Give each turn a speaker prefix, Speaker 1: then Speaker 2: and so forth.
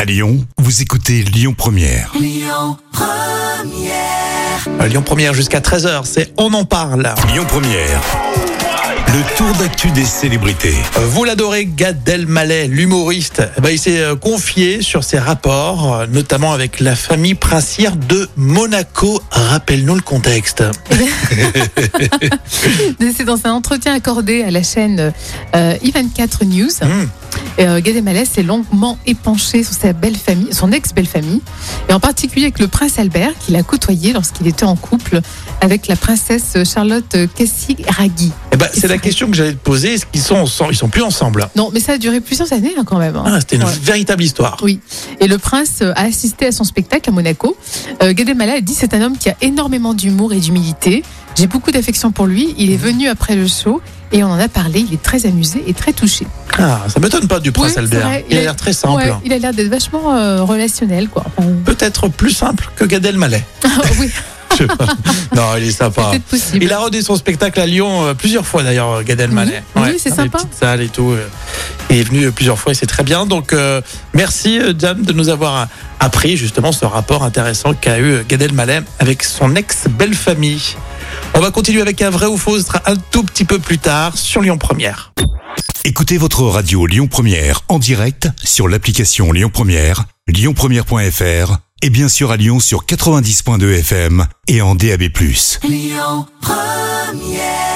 Speaker 1: À Lyon, vous écoutez Lyon Première.
Speaker 2: Euh, Lyon Première jusqu'à 13h, c'est On en parle.
Speaker 1: Lyon Première. Le tour d'actu des célébrités.
Speaker 2: Euh, Vous l'adorez, Gad Elmaleh, l'humoriste, eh ben, il s'est euh, confié sur ses rapports, euh, notamment avec la famille princière de Monaco. Rappelle-nous le contexte.
Speaker 3: C'est dans un entretien accordé à la chaîne euh, I24 News.
Speaker 2: Hmm.
Speaker 3: Euh, Gad Elmaleh s'est longuement épanché sur sa belle famille, son ex-belle-famille, et en particulier avec le prince Albert, qu'il a côtoyé lorsqu'il était en couple avec la princesse Charlotte Cassie-Raghi.
Speaker 2: Eh ben, c'est la question que j'allais te poser, est-ce qu'ils sont ensemble Ils sont plus ensemble.
Speaker 3: Non, mais ça a duré plusieurs années hein, quand même. hein.
Speaker 2: Ah, C'était une
Speaker 3: Ouais.
Speaker 2: véritable histoire.
Speaker 3: Oui. Et le prince euh, a assisté à son spectacle à Monaco. Euh, Gad Elmaleh a dit c'est un homme qui a énormément d'humour et d'humilité. J'ai beaucoup d'affection pour lui.
Speaker 2: Mmh.
Speaker 3: Il est venu après le show et on en a parlé. Il est très amusé et très touché.
Speaker 2: Ah, ça m'étonne pas du prince
Speaker 3: Oui, c'est
Speaker 2: Albert.
Speaker 3: vrai,
Speaker 2: Il
Speaker 3: il
Speaker 2: a
Speaker 3: est-
Speaker 2: l'air très simple. hein.
Speaker 3: Ouais, il a l'air d'être vachement euh, relationnel, quoi. Enfin,
Speaker 2: Peut-être plus simple que Gad Elmaleh.
Speaker 3: oui,
Speaker 2: Je sais pas. non, il est sympa.
Speaker 3: peut-être possible.
Speaker 2: Il a rodé son spectacle à Lyon euh, plusieurs fois d'ailleurs, Gad Elmaleh.
Speaker 3: Oui, oui, c'est
Speaker 2: dans des
Speaker 3: sympa.
Speaker 2: petites salles et tout. euh, Il est venu euh, plusieurs fois et c'est très bien. Donc euh, merci euh, Jam de nous avoir euh, appris justement ce rapport intéressant qu'a eu euh, Gad Elmaleh avec son ex-belle famille. On va continuer avec un vrai ou faux, ce sera un tout petit peu plus tard sur Lyon Première.
Speaker 1: Écoutez votre radio Lyon Première en direct sur l'application Lyon Première, lyonpremière.fr et bien sûr à Lyon sur 90.2 FM et en DAB+.
Speaker 4: Lyon Première